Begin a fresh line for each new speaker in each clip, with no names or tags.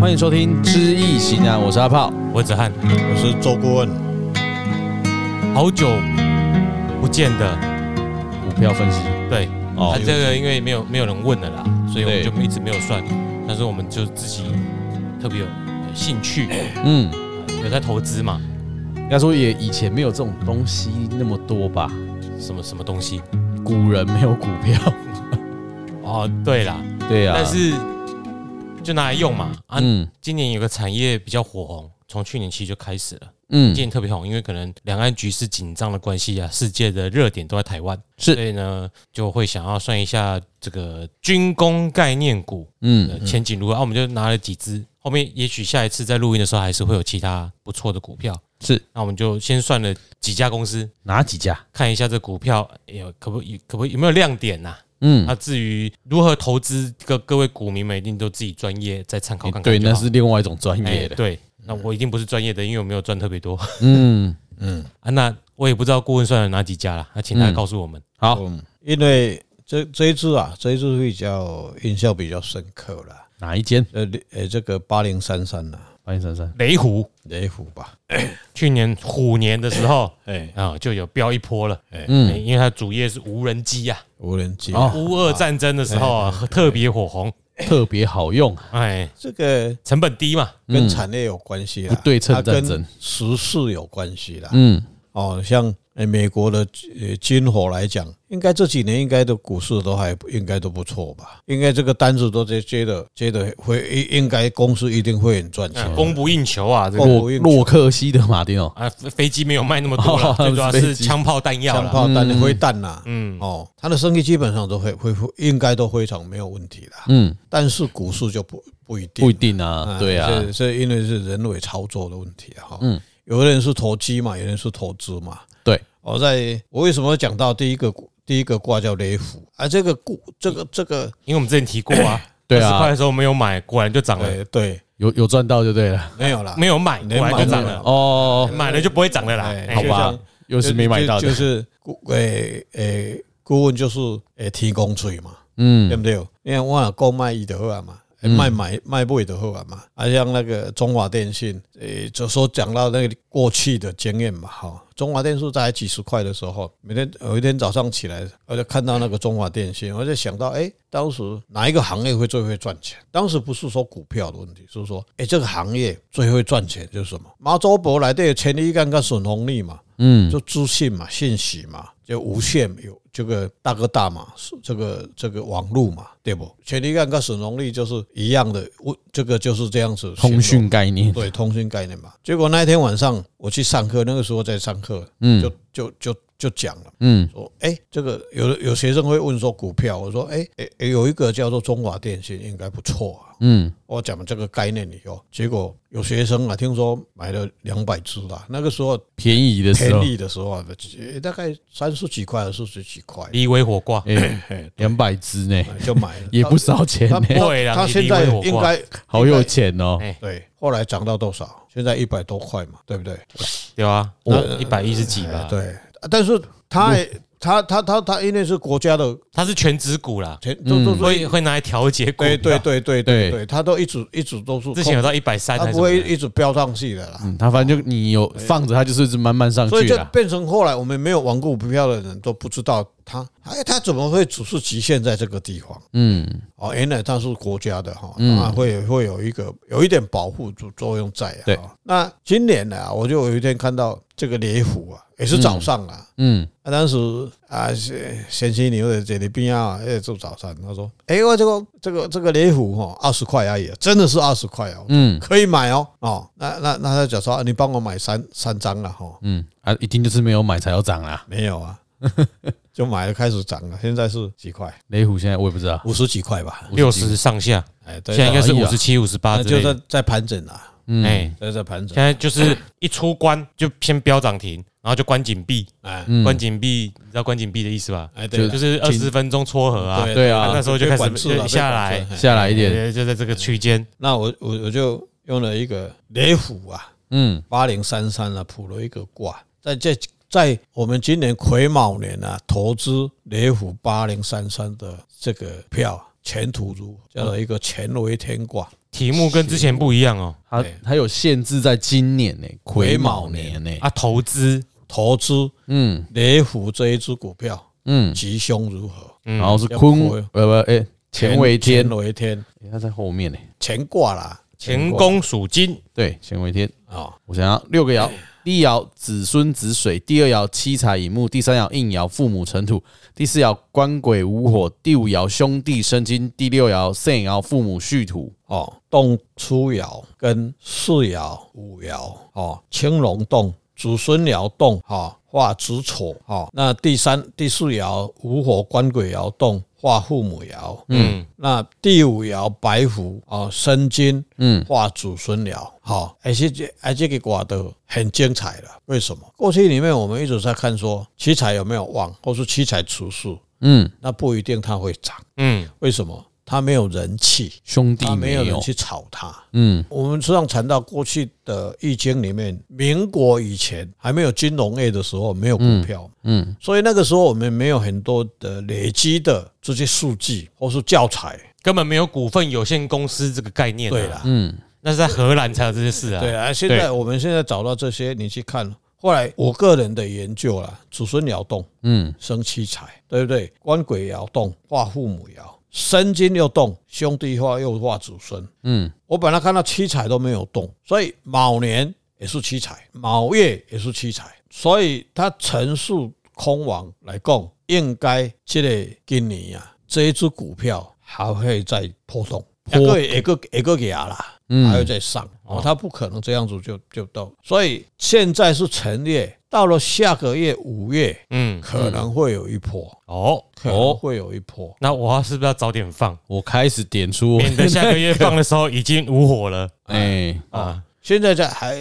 欢迎收听《知易行难》，我是阿炮。
我子翰，
我是周顾问，
好久不见的，
股票分析，
对，
哦
啊，这个因为没有没有人问了啦，所以我们
对
就一直没有算，但是我们就自己特别有呃兴趣，
嗯，
有在投资嘛，
应该说也以前没有这种东西那么多吧，
什么什么东西
古人没有股票，
哦，对啦，
对呀、啊，
但是就拿来用嘛，啊，
嗯
今年有个产业比较火红，从去年期就开始了，
嗯，
今年特别红，因为可能两岸局势紧张的关系啊，世界的热点都在台湾，所
是，
以呢就会想要算一下这个军工概念股。
嗯
呃前景如何？啊，我们就拿了几只，后面也许下一次在录音的时候还是会有其他不错的股票。
是，
那我们就先算了几家公司，
哪几家？
看一下这股票有可不有可不有没有亮点呐、
嗯
那、，至于如何投资，各各位股民们一定都自己专业再参考看看就
嗯
好。
对，那是另外一种专
哎
业的，
对，那我一定不是专业的，因为我没有赚特别多
嗯，
啊。那我也不知道顾问算了哪几家啦，那请
嗯
大家告诉我们。
好，
嗯，因为这这一支啊，这一支会比较印象比较深刻啦。
哪一间？
呃呃，这个八零三三呐，
欢迎珊珊。
雷虎
雷虎吧，
去年虎年的时候
哎
啊，就有飙一波了，哎
嗯，
因为它主业是无人机呀、啊。
无人机
哦哎
哦，
乌俄战争的时候啊，特别火红，
特别好用啊，
哎，
这个
成本低嘛，
跟产业有关系啦，
嗯不对称
它
战
跟
争
时事有关系啦。
嗯，
哦，像呃美国的呃军火来讲，应该这几年应该的股市都还应该都不错吧？应该这个单子都接接的接的会应应该公司一定会很赚钱
啊。供不应求啊，这个
供
洛
我运气
洛克希的马丁哦，
啊飞飞机没有卖那么多了
哦，
最主要
飞
是
机
枪炮弹药
枪
了，
炮弹
嗯、
灰弹呐、
嗯，
哦，他的生意基本上都会恢复，应该都非常没有问题啦。
嗯，
但是股市就不不一定，
不一定啊，对啊，
这这因为是人为操作的问题啊哈。
嗯，
有的人是投机嘛，有的人是投资嘛。
对，
我在我为什么讲到第一个股第一个卦叫雷虎啊？这个股这个这个
因为我们之前提过啊，
对
十块
啊
的，时候没有买，果然就涨了，
呃对
有有赚到就对了，
没有啦，
没有买，
没
果
买
然就涨
没
了，
哦，
买了就不会涨了啦，
哎
哎
好吧
就，
又是没买到
就
的
就，是顾诶诶顾问就是诶提供税嘛。
嗯
对不对？因为我购买伊就好啊嘛，卖买卖不就好啊嘛。啊，像那个中华电信，诶，就说讲到那个过去的经验嘛，哈。中华电信在几十块的时候，每天有一天早上起来，我就看到那个中华电信，我就想到，诶，当时哪一个行业会最会赚钱？当时不是说股票的问题，是说，诶，这个行业最会赚钱就是什么？马周伯来的千里干跟损红利嘛，
嗯，
就资讯嘛、信息嘛，就无线有这个大哥大嘛，是这个这个网络嘛，对不？权力干跟沈荣利就是一样的，我这个就是这样子形容
通讯概念，
对通讯概念嘛。结果那一天晚上我去上课，那个时候在上课，
嗯
就就就就讲了。
嗯
说，哎、这个有的有学生会问说股票，我说，哎、诶诶有一个叫做中华电信，应该不错啊。
嗯，
我讲了这个概念以后，结果有学生啊，听说买了两百只啦。那个时候
便宜的时
便
候，
宜的时候，呃大概三十几块、四十几块，
离为火挂，
哎，两百只呢，
哎就买了
，也不少钱
他。
呢
他，
对啦
他他
你
现
离
在
为我
应
挂
该
好有钱哦。
哎
对，后来涨到多少？现在一百多块嘛，对不对？
对啊，
那
一百一十几
啊哎
吧，
对，但是他也他他他他因为是国家的
它是全指股啦，
钱，都都是
会会拿来调节股
对
票，
对对对
嗯对
对对，他都一直一直都是
之前有到一百三
他
还是
不
什么的，
会一直飙上去的啦。
嗯，他反正就你有放着，他就是一直慢慢上
所以
去
就
啦。
变成后来我们没有玩过股票的人都不知道他，哎，他怎么会只是局限在这个地方？
嗯
哦，原来它是国家的哈，当然会会有一个有一点保护作作用在啊。
对
那今年呢、我就有一天看到这个猎虎啊，也是早上啊，
嗯，
啊当时啊，先先犀牛的这里边啊，也做早餐，他说，哎、我这个这个这个猎虎哈、二十块而已，啊真的是二十块哦，
嗯
可以买哦，哦，那那那他就说，啊你帮我买三三张了哈、哦，
嗯啊，一定就是没有买才要涨啦。
没有 啊，就买了开始涨了，现在是几块，
雷虎现在我也不知道，
五十几块吧，
六十上下，
哎，对
现在应该是
可以
五
啊
十七、五十八
那
之
就
类的
在，在盘整啊。
哎。
在这盘整
现，在就是一出关就先飙涨停，然后就关紧闭，
哎
关紧闭，你知道关紧闭的意思吧？
哎，
就
对
嗯就
了，
是二十分钟撮合啊，
对啊
那时候就开始
被管制了
就下来
被管制了哎
下来一点，
对，就在这个区间，
那我我我就用了一个雷虎啊，
嗯
八零三三啊，普了一个卦，在这在我们今年癸卯年啊，投资雷虎八零三三的这个票啊，前途如何叫做一个乾为天卦，
题目跟之前不一样哦。
它
对
它有限制在今年呢、癸
癸
卯
卯
年
年
呢、
啊，投资
投资
嗯
雷虎这一只股票
嗯，
吉凶如何？
嗯
然后是
要
坤
癸
呃不哎乾为天，
乾为天，
诶它在后面呢、
乾卦啦，
乾宫属金，
对，乾为天。
啊，
我想要六个爻：第一爻子孙子水，第二爻七财引木，第三爻应爻父母成土，第四爻官鬼无火，第五爻兄弟生金，第六爻肾爻父母戌土。
哦，动初爻跟四爻、五爻，哦，青龙动，子孙爻动，哈、化子丑，哈、那第三、第四爻无火官鬼爻动，化父母爻，
嗯，
那第五爻白虎，哦，生金，
嗯，
化祖孙爻，好，而且这而这个卦都很精彩了。为什么？过去里面我们一直在看说七彩有没有旺，或是七彩除数，
嗯，
那不一定它会涨。
嗯，
为什么？它没有人气，
兄弟
它没
没
有
有
人。去炒它。
嗯
我们实际上谈到过去的《易经》里面，民国以前还没有金融业的时候，没有股票，
嗯
所以那个时候我们没有很多的累积的这些数据或是教材。
根本没有股份有限公司这个概念、啊。
对，啦，
嗯，
那是在荷兰才有这些事啊。
对啊，现在我们现在找到这些，你去看。后来我个人的研究啦，子孙爻动
嗯
生七财，对不对？官鬼爻动化父母爻，生金又动，兄弟化又化子孙。
嗯
我本来看到七彩都没有动，所以卯年也是七彩，卯月也是七彩，所以它陈述空亡来讲，应该这个今年啊，这一只股票还会再波动，
波
一个一个一个给它啦，
嗯
还会再上，哦，它不可能这样子就就到，所以现在是陈列，到了下个月五月
嗯，
可能会有一波，
哦
可能
哦，
会有一波。
那我要是不是要早点放？
我开始点出
免得下个月欸放的时候已经无火了
哎，
啊！
现在在还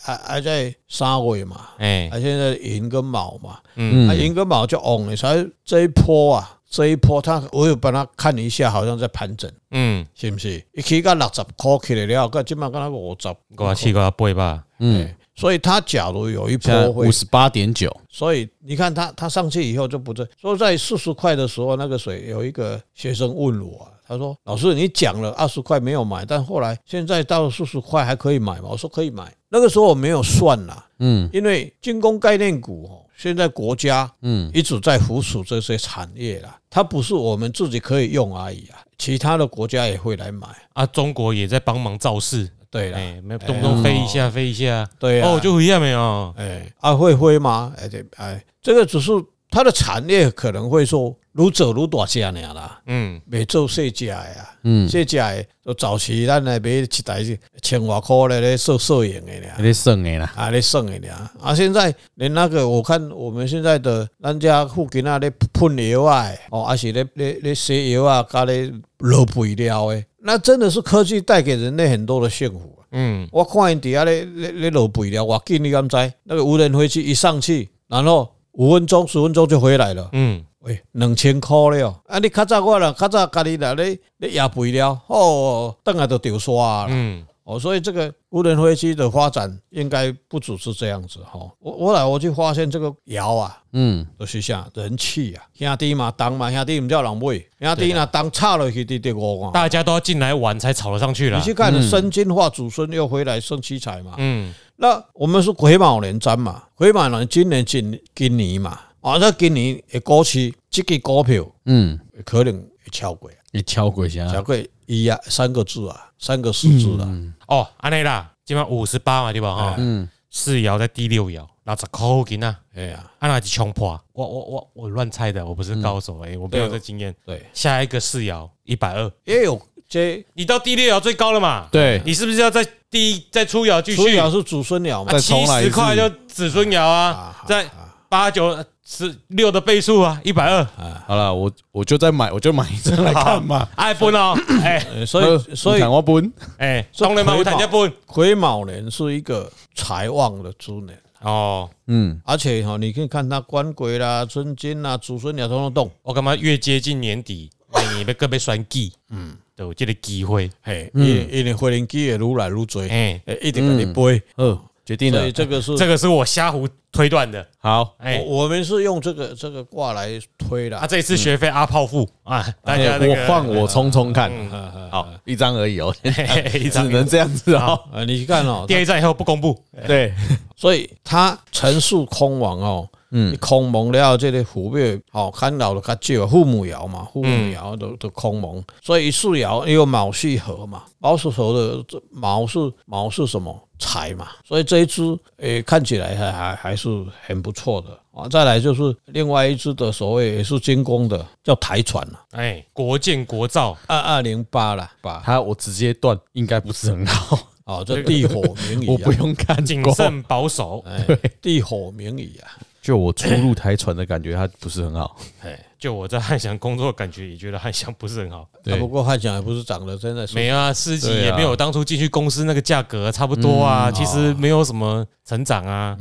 还还在三月嘛，
哎，
啊，现在寅跟卯嘛，
嗯
啊，银跟卯就 on 了，所以哎这一波啊，这一波它我有帮他看一下，好像在盘整，
嗯，
是不是？一起到六十块起来了，到今晚跟那五十，
我七我八吧，
嗯，
所以它假如有一
现在
哎波会
五，十八点九，
所以你看它它上去以后就不对。所以在四十块的时候，那个水有一个学生问我、啊。他说：“老师，你讲了二十块没有买，但后来现在到四十块还可以买吗？”我说：“可以买。”那个时候我没有算啦，
嗯
因为军工概念股哦，现在国家
嗯
一直在扶持这些产业啦，它不是我们自己可以用而已啊，其他的国家也会来买。
啊，中国也在帮忙造势，
对啦，
哎，没有动不动飞一下飞一下，
对啊，
哦，就一样没有，
哎，啊会会吗？哎对，哎，这个只是它的产业可能会说如走如大家那样啦，
嗯，
每做世界呀，
嗯，
世界啊的就早期咱来买一台千外块的咧摄摄影的俩
还。在剩哎啦，
啊，咧算的俩啊！现在连那个，我看我们现在的咱家附近啊，咧喷油啊的，哦，还是咧咧咧洗油啊，加咧落肥料诶，那真的是科技带给人类很多的幸福、啊。
嗯，
我看因底下咧咧咧落肥料，我近你敢知？那个无人飞机一上去，然后五分钟、十分钟就回来了。
嗯，
喂，两千块了，啊！你较早我啦，较早家己来咧咧野肥料，哦，等下就掉沙了。
嗯，
哦，所以这个无人飞机的发展应该不只是这样子哈、哦。我我来我去发现这个窑啊，
嗯
就是啥人气啊，兄弟嘛当嘛，兄弟唔叫人买，兄弟若当差落去滴滴我啊。
大家都要进来玩才炒得上去
你
啦，
去看
嗯
生金化祖孙又回来生七彩嘛，
嗯，
那我们是癸卯年占嘛，癸卯年今年今今年嘛，啊，那今年的股市这个股票
嗯，
可能会超过，
你敲过一下
超，过一啊三个字啊，三个数字啊，
哦，安内啦，今晚五十八嘛对吧？哈，
嗯
四爻在第六爻，六十块银啊，
哎呀，
安那是穷破，我我我我乱猜的，我不是高手，哎，我没有这经验。
对，
下一个四爻一百二，
也有这
你到第六爻最高了嘛？
对
你是不是要在第一再出爻继
初
续？
爻是祖孙爻嘛，
再
七
重来一
十
次
块就子孙爻啊，在八九十六的倍数啊，一百二，
好了，我我就再买，我就买一张来看嘛。
爱分哦，哎
呃所以所以
我本
哎，
这
当然嘛，有谈一分
癸卯年是一个财旺的猪年，
哦。
嗯
而且哈、你可以看它官鬼啦、尊金啦、祖孙鸟通通动。
我感觉越接近年底，每年要更被选举，嗯，都有这个机会，
嘿，一一年回灵机也愈来愈多，
嗯哎，
哎，一定给你背。
嗯，决定
所
了
以，这个是
这个是我瞎胡推断的。
好，
哎，
我我们是用这个这个卦来推
啊，
的。
这一次学费阿炮付
嗯
啊，大家那
哎我
个嗯
换我冲冲看，
啊
好，一张而已哦，
嘿嘿 嘿一
只
张
能这样子哦。
啊，你看哦，
第二站以后不公布，
对，
哎
所以他陈述空亡哦，嗯，空亡了，这个父母哦，看到的较少，父母爻嘛，父母爻都都空亡，所以四爻也有卯戌合嘛，卯戌合的这卯是卯是什么财嘛，所以这一只诶、看起来还还还是很不错的啊。再来就是另外一只的所谓也是精工的，叫台船啊，
哎，国建国造，
二二零八啦，吧，
他我直接断，应该不是很好，
哦，这地火 明
我
夷
不
啊，
用看
谨
过
慎保守，
哎，地火明夷啊，
就我初入台船的感觉，它不是很好。
哎，
就我在汉翔工作，感觉也觉得汉翔不是很好。
对
啊不过汉翔也不是长得真的是
没啊，四级
对啊
也没有当初进去公司那个价格差不多啊，
嗯
其实没有什么成长啊。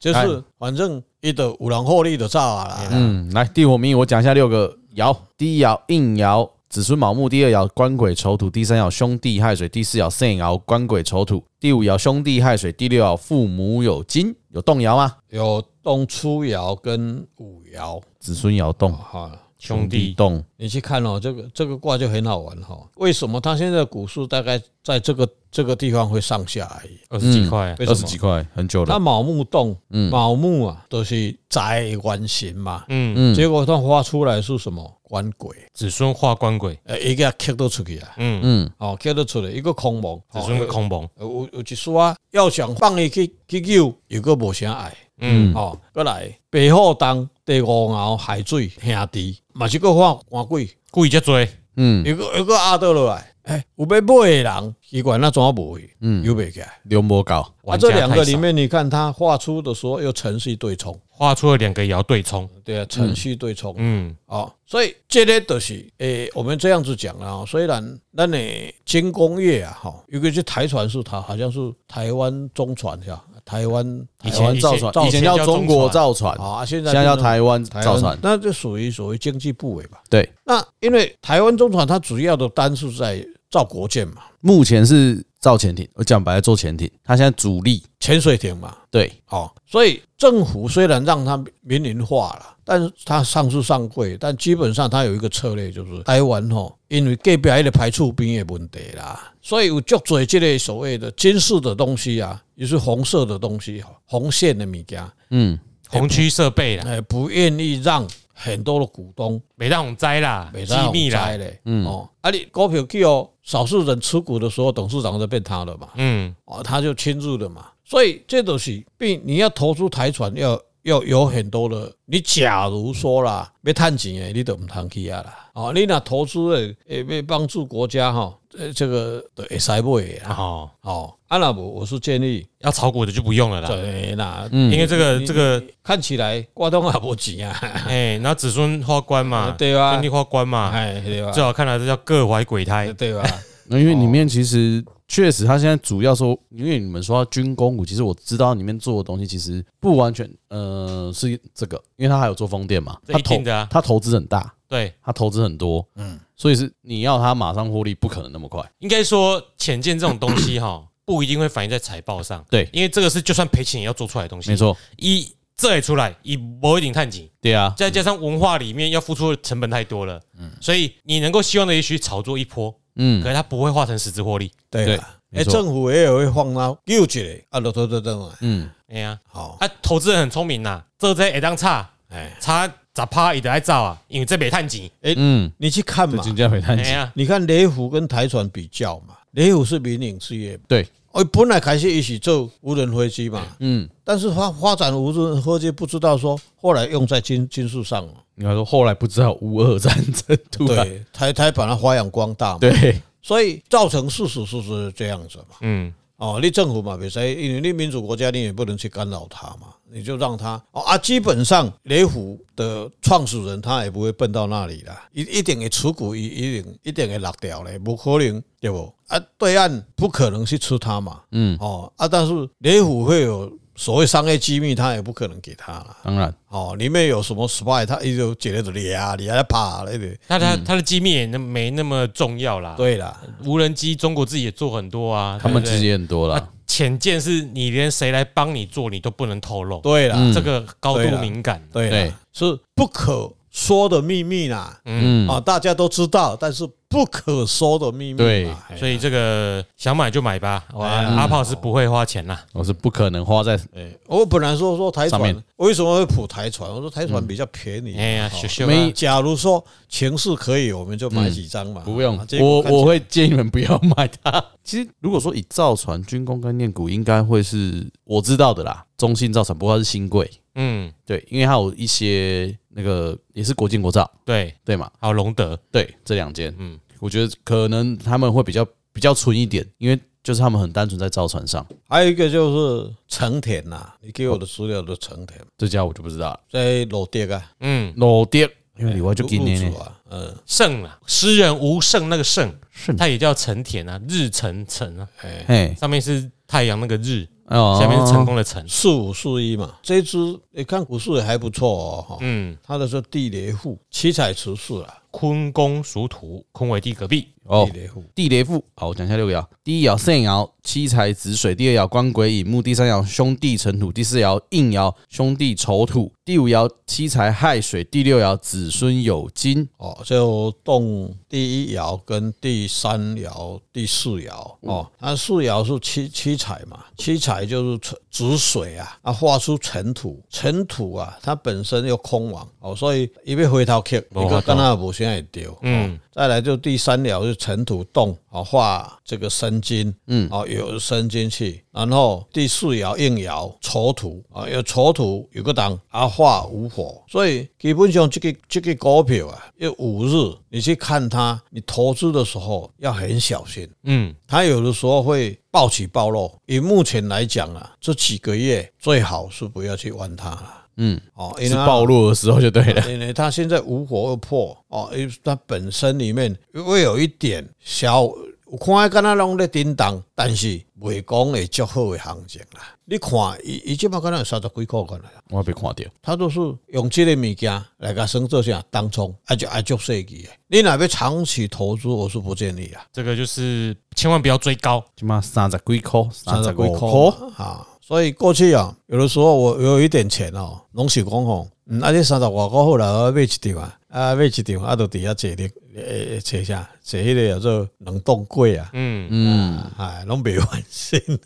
就是反正伊的有人获利就走啊啦。
嗯，来第五名，我讲一下六个爻：第一爻应爻子孙卯木，第二爻官鬼丑土，第三爻兄弟亥水，第四爻肾爻官鬼丑土，第五爻兄弟亥水，第六爻父母有金，有动爻吗？
有动初爻跟五爻
子孙爻动，
哈，
兄弟，
动，
你去看哦，这个这个卦就很好玩哈、为什么它现在的股市大概在这个这个地方会上下而已？
二十几块，
为
二
什
十
么
几？块，很久
它
了。嗯
卯木动，卯木啊都是宅原型嘛，
嗯，
嗯
结果它发出来是什么？官鬼，
子孙化官鬼，
呃，一个刻到出去啊，
嗯，
嗯，
哦，刻到出来一个空蒙，
子
哦
孙个空蒙，
有有有一说啊，要想放伊去去救，又个无啥爱。
嗯，
哦，过来北后东第五鳌海水兄弟，嘛是个换换鬼，
故意就追，
嗯，
又个又个压倒落来。哎、有要买的人，奇怪那怎么无去？嗯，又袂起来。
刘魔搞，
啊，
玩家
这两
太
个
少
里面，你看他画出的时候，又程序对冲，
画出了两个也要对冲，
对啊，程序对冲、
嗯，
哦，所以这个就是诶、我们这样子讲啊，虽然咱的精工业啊，哈，有个是台船是它，好像是台湾中船是吧？台湾
以
台
前
湾造
以前
船
造
以前叫中国造船，
啊，现在
现在叫
变成
台湾
台
造
湾
船。
那就属于所谓经济部委吧。
对，
那因为台湾中船它主要的单是在造国舰嘛、
目前是造潜艇，我讲白了做潜艇，它现在主力
潜水艇嘛，
对，
哦，所以政府虽然让它民营化了，但是它上市上柜，但基本上它有一个策略，就是台湾吼，因为隔壁迄个排厝边的问题啦，所以有足多这类所谓的金色的东西啊，也是红色的东西，红线的物件，
嗯，
红区设备啦，
哎，不愿意让很多的股东
没让我们摘啦，
没
机
让
密啦
啦，，嗯哦，啊，你股票去哦，少数人持股的时候，董事长就变他了嘛，
嗯，
哦，他就侵入了嘛，所以这东西，并你要投资台船要。要有很多的，你假如说啦，要探钱的，你都唔通去啊啦。哦，你若投资的，诶，要帮助国家哈，呃，这个就会使买的啦。
哦，
哦，啊那无，我是建议，
要炒股的就不用了啦，
对嗯啦，
嗯
因为这个这个，
看起来挂东也无钱啊，
哎，然后子孙化官嘛，
对啊
兄弟化官嘛，
哎，对吧
最？好看来这叫各怀鬼胎，
对吧？
那因为里面其实确实，它现在主要说，因为你们说到军工股，其实我知道里面做的东西其实不完全，呃，是这个，因为它还有做风电嘛，
这
它
一
投
定的啊
它投资很大，
对，
它投资很多，嗯，所以是你要它马上获利，不可能那么快，
应该说，浅见这种东西哈， 不一定会反映在财报上。
对
因为这个是就算赔钱也要做出来的东西。
没，错，
一这也出来，以某一点探景，
对啊，
再加上文化里面要付出的成本太多了，嗯，所以你能够希望的也许炒作一波，
嗯
可，是它不会化成实质获利。
对
对
啦。
没
哎，
错
政府也有会放啦，又一个啊，落落落落来，
嗯，
哎呀，
好，
啊，投资人很聪明呐，这这也当差
哎
差咋趴也得爱造啊，因为这没探景。
嗯，
你去看
这
嘛，
金价没探
哎
底，
呀，
你看雷虎跟台船比较嘛，雷虎是民营事业，
对，
哦，本来开始一起做无人飞机嘛，
嗯，
但是发发展无人飞机，不知道说后来用在金金属上了，
你还说后来不知道乌俄战争突然，
对，才才把它发扬光大嘛，
对，
所以造成事实是是这样子嘛。
嗯，
哦，你政府嘛，别谁，因为你民主国家，你也不能去干扰他嘛，你就让他哦啊，基本上雷虎的创始人他也不会笨到那里啦，一一定会持股，一一定一定会落掉嘞，不可能对不？啊，对岸不可能去吃它嘛，嗯，哦啊，但是雷虎会有所谓商业机密，他也不可能给他啦。
当然，
哦，里面有什么 spy，他一直解的呀，你还怕那个？
那
嗯
它它的机密也那没那么重要啦。，
对啦，
无人机中国自己也做很多啊，
他们
对不
其
对
实也很多啦，
浅见是你连谁来帮你做你都不能透露，
对啦，
嗯
这个高
对
度
啦
敏感。
对
对
啦，是不可说的秘密啦。
嗯，
啊，大家都知道，但是不可说的秘密嘛。
对
哎呀
所以这个想买就买吧。哇，
哎呀
阿炮是不会花钱啦。
我是不可能花在
哎我本来说说台
上面嗯
船，为什么会普台船？我说台船比较便宜。
哎呀，
好
秀秀
没
啊，
假如说情势可以，我们就买几张嘛。
嗯不用
啊结，
我
果看起来
我会建议你们不要买它。 其实如果说以造船军工概念股，应该会是我知道的啦，中信造船，不过它是新贵，
嗯，
对，因为它有一些那个也是国进国造，
对，
对嘛？
还有隆德，
对，这两间，
嗯，
我觉得可能他们会比较比较纯一点，因为就是他们很单纯在造船上，
还有一个就是成田呐、你给我的资料都成田
这家我就不知道了。
在罗店啊，
嗯，
老爹，因为里哎外就今年
入
呢
主，啊，嗯，
盛啊，诗人吴胜那个胜，
是，
他也叫成田啊，日成成啊，
哎，
哎，
上面是太阳那个日，
哦
下面是成，功的成。
四五四一嘛，这只你看股市也还不错哦，哈、
嗯，
它的是地雷户七彩池市啊，
坤宫属土，坤为地隔壁。
哦
地，雷户
地雷富，好，我讲一下六爻：第一爻肾爻，七财子水；第二爻官鬼乙木；第三爻兄弟辰土；第四爻应爻兄弟丑土；第五爻七财亥水；第六爻子孙酉金。
哦，就动第一爻跟第三爻、第四爻
嗯
哦，它四爻是七七彩嘛，七彩就是沉止水啊，啊化出尘土，尘土啊，它本身又空亡哦，所以一被回头克，
没
一
法
个
度
跟它无啥会丢，哦
嗯，
再来就第三爻是尘土动啊，化这个生金，嗯，啊有生金气。然后第四爻应爻丑土啊，有丑土有个当啊化无火，所以基本上这个这个股票啊，要五日你去看它，你投资的时候要很小心。
嗯，
它有的时候会暴起暴落，以目前来讲啊，这几个月最好是不要去玩它了。
嗯，
哦，因为
是
它
暴露的时候就对了。
因为它哎现在无火又破哦，因为它本身里面会有一点小，有看敢若拢咧叮当，但是袂讲会较好的行情啦。你看，伊伊即马敢若有三十几箍敢若，
我被看掉，
它都是用即个物件来甲算做啥当冲，啊就啊足设计的。你若要长期投资，我是不建议啊，
这个就是千万不要追高。
起码三十几块，三十几
几
块。
箍啊。所以过去啊，有的时候我有一点钱哦，拢是讲吼，嗯，啊，你三十外箍好啦，我要买一张啊，啊，买一张啊，就伫遐坐咧，诶、诶坐啥？坐迄个叫做冷冻柜啊，
嗯，
嗯，
哎，拢未完 成。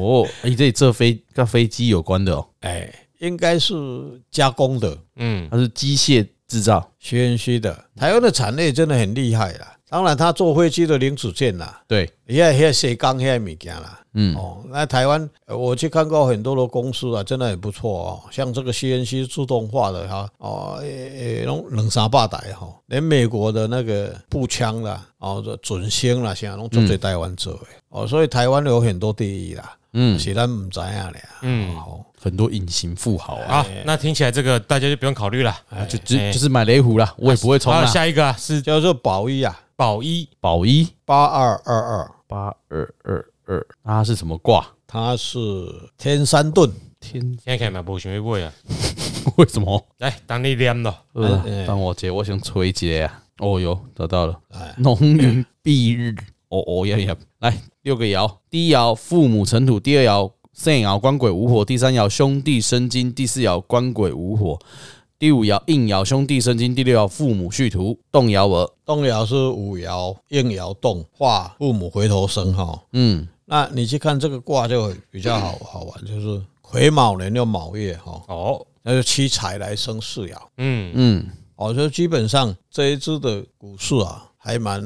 哦，哎，这里这飞跟飞机有关的哦，
哎，应该是加工的、
嗯，
它是机械制造，
CNC 的，台湾的产业真的很厉害啦。当然，他做飞机的零组件啦，
对，
遐遐西钢遐物件啦，
嗯
哦，那台湾呃我去看过很多的公司啊，真的很不错哦，像这个 CNC 自动化的哈，哦，诶诶，拢两三百台哈，连美国的那个步枪啦，哦，这准星啦，现在拢做在台湾做的，哦，所以台湾有很多第一啦，
嗯，
是咱唔知影咧，
嗯
哦，哎
很多隐形富豪啊，
好，那听起来这个大家就不用考虑了。
就就就是买雷虎啦，我也不会冲
好，
啦。
下一个啊是
叫做宝一啊，
宝一，
宝一
八二二二，
八二二二，它啊是什么卦？
它是天山盾，
天，
现在可以买波行不会啊？
为什么？
来，当你念了，
呃，帮我接，我想吹一下啊。哦哟，找到了
哎，
农云蔽日。哦哦呀呀，来六个爻，第一爻父母成土，第二爻肾爻官鬼无火，第三爻兄弟生金，第四爻官鬼无火，第五爻应爻兄弟生金，第六爻父母续土，动爻额。
动摇是五爻，应爻动化父母回头生哈、
嗯，
那你去看这个卦就比较好好玩，就是癸卯年又卯月哈，
哦，
那就七财来生四爻，
嗯
嗯，
哦，所以基本上这一支的股市啊，还蛮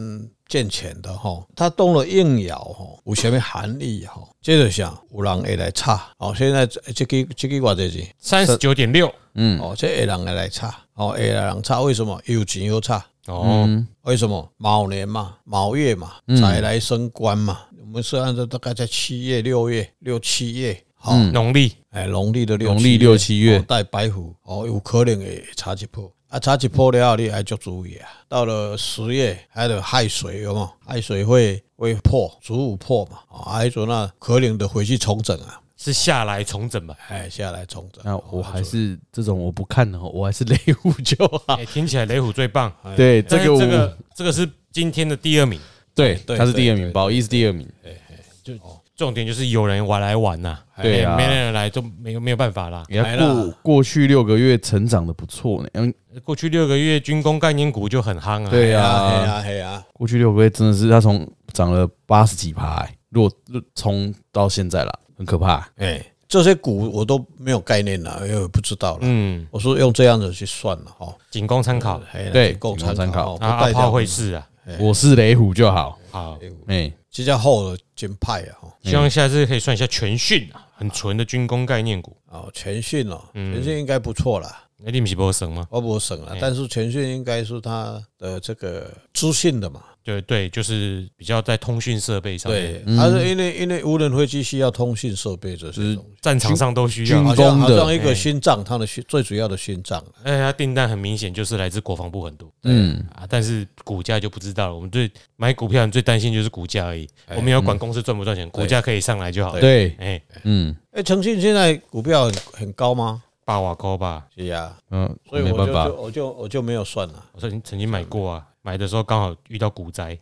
健全的哈。它动了应爻哈，有什么含义哈？接着想，有人会来查哦，现在这这个这个卦这是
三十九点六，
哦，这会人会来查哦，会人查为什么？有钱有查。
哦，
嗯
为什么卯年嘛，卯月嘛，才来升官嘛？我们是按照大概在七月、六月、六七月，好、
嗯
农历，
哎，农历的六
农历六七月
哦带白虎哦，有可能会差一波啊，差一波了后你还足注意啊。到了十月，还有亥水有冇？亥水会会破，主午破嘛，哦啊，迄阵啊，可能得回去重整啊，
是下来重整吧？
哎，下来重整。
那我还是这种我不看的哦，我还是雷 虎就好。
哎，听起来雷虎最棒。
对，这个
但是这
我
个这个是今天的第二名，
对，
对
他是第二名，
对
宝一是第二名。
就
重点就是有人玩来玩呐、
对啊
哎没人来都没有没有办法啦。
人
来
家
啦
过过去六个月成长的不错呢，嗯，
过去六个月军工概念股就很夯啊，
对
啊，嘿
啊，
啊，嘿啊，
过去六个月真的是他从涨了八十几趴，欸落落从到现在了，很可怕。
哎，这些股我都没有概念了，因为我不知道了。
嗯，
我说用这样子去算了哈，
仅供参考。
嗯
嘿啦
对
够
仅供参
参
考
考，
啊，阿炮会是啊，
我是雷虎就好，
好，
哎，
这叫厚的金派啊，哈，
希望下次可以算一下全讯啊，很纯的军工概念股。
哦，全讯哦，
嗯
全讯应该不错啦。
那你们是不省吗？
我不省了，啊但是全讯应该是它的这个资讯的嘛，
对对，就是比较在通讯设备上面，
对，它是因为因为无人飞机需要通讯设备这些东西，
战场上都需
军
要。
好像
军工
好
的
像一个心脏，它的心最主要的心脏，
哎，它订单很明显就是来自国防部很多
嗯，
啊，但是股价就不知道了。我们最买股票，最担心就是股价而已，我们要
嗯
管公司赚不赚钱，股价可以上来就好。，
对，
哎，
嗯
哎，腾讯现在股票很很高吗？
八瓦高吧，
是呀，
嗯，
所以
没
我
办
就
法
就，我就我就没有算了。
我说你曾经买过啊，买的时候刚好遇到股灾，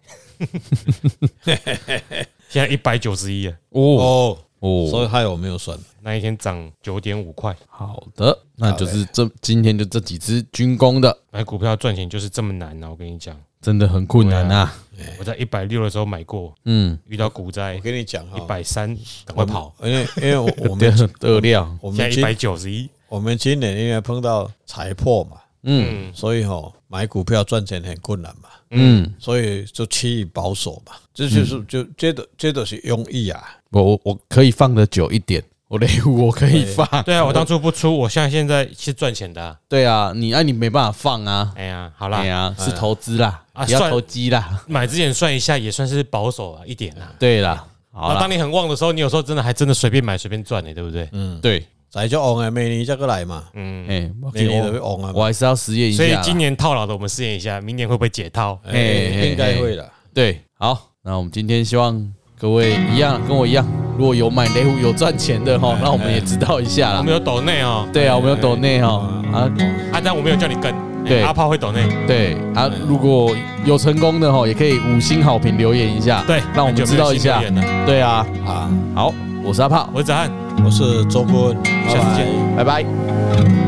现在一百九十一啊，
哦
哦，所以
哦，
害我没有算。
那一天涨九点五块，
好的，那就是这今天就这几只军工的，
买股票赚钱就是这么难啊！我跟你讲，
真的很困难啊，
我在一百六的时候买过，
嗯，
遇到股灾
我跟你讲
哦
一
哈，
百三，赶快跑，
因为因为我我
对
们，
得料，
我
现在
们
一百
今
九十一，
我们今年因为碰到财破嘛，
嗯
嗯
所以哈买股票赚钱很困难嘛。
嗯，
所以就趋于保守嘛，这就是就这都这都是用意啊。
我我我可以放的久一点，我雷虎我可以放，
对啊，我当初不出，我像现在是赚钱的啊、
对啊，你哎你没办法放啊，
哎呀，好啦
对，啊，是投资啦，
啊
不要
算
投机啦，
买之前算一下也算是保守啊一点啊。
对啦，好
那
啦
当，你很旺的时候，你有时候真的还真的随便买随便赚的，对不对？
对，
再就旺诶，明年再过来嘛，
嗯，
哎，
明年就
我
会旺啊
我
嘛，
还是要实验一下
所
啦，啊
以今年套牢的我们试验一下，明年会不会解套？
哎
嘿嘿
应该会的。
对，好，那我们今天希望各位一样跟我一样，如果有买雷虎有赚钱的
哎
哈，那我们也知道一下
我
啦
们。有抖内哦，
对啊，我们有抖内哈啊，
啊，但我没有叫你跟，
对
哎阿炮会抖内，
对啊，
哎
如果有成功的哈，也可以五星好评留言一下，
对，
让我
很久
们知
没有
道一
新
下
留言了
对啊，
啊，
好，我是阿炮，
我是子翰。
我是周坤，
下次见
拜拜
拜拜。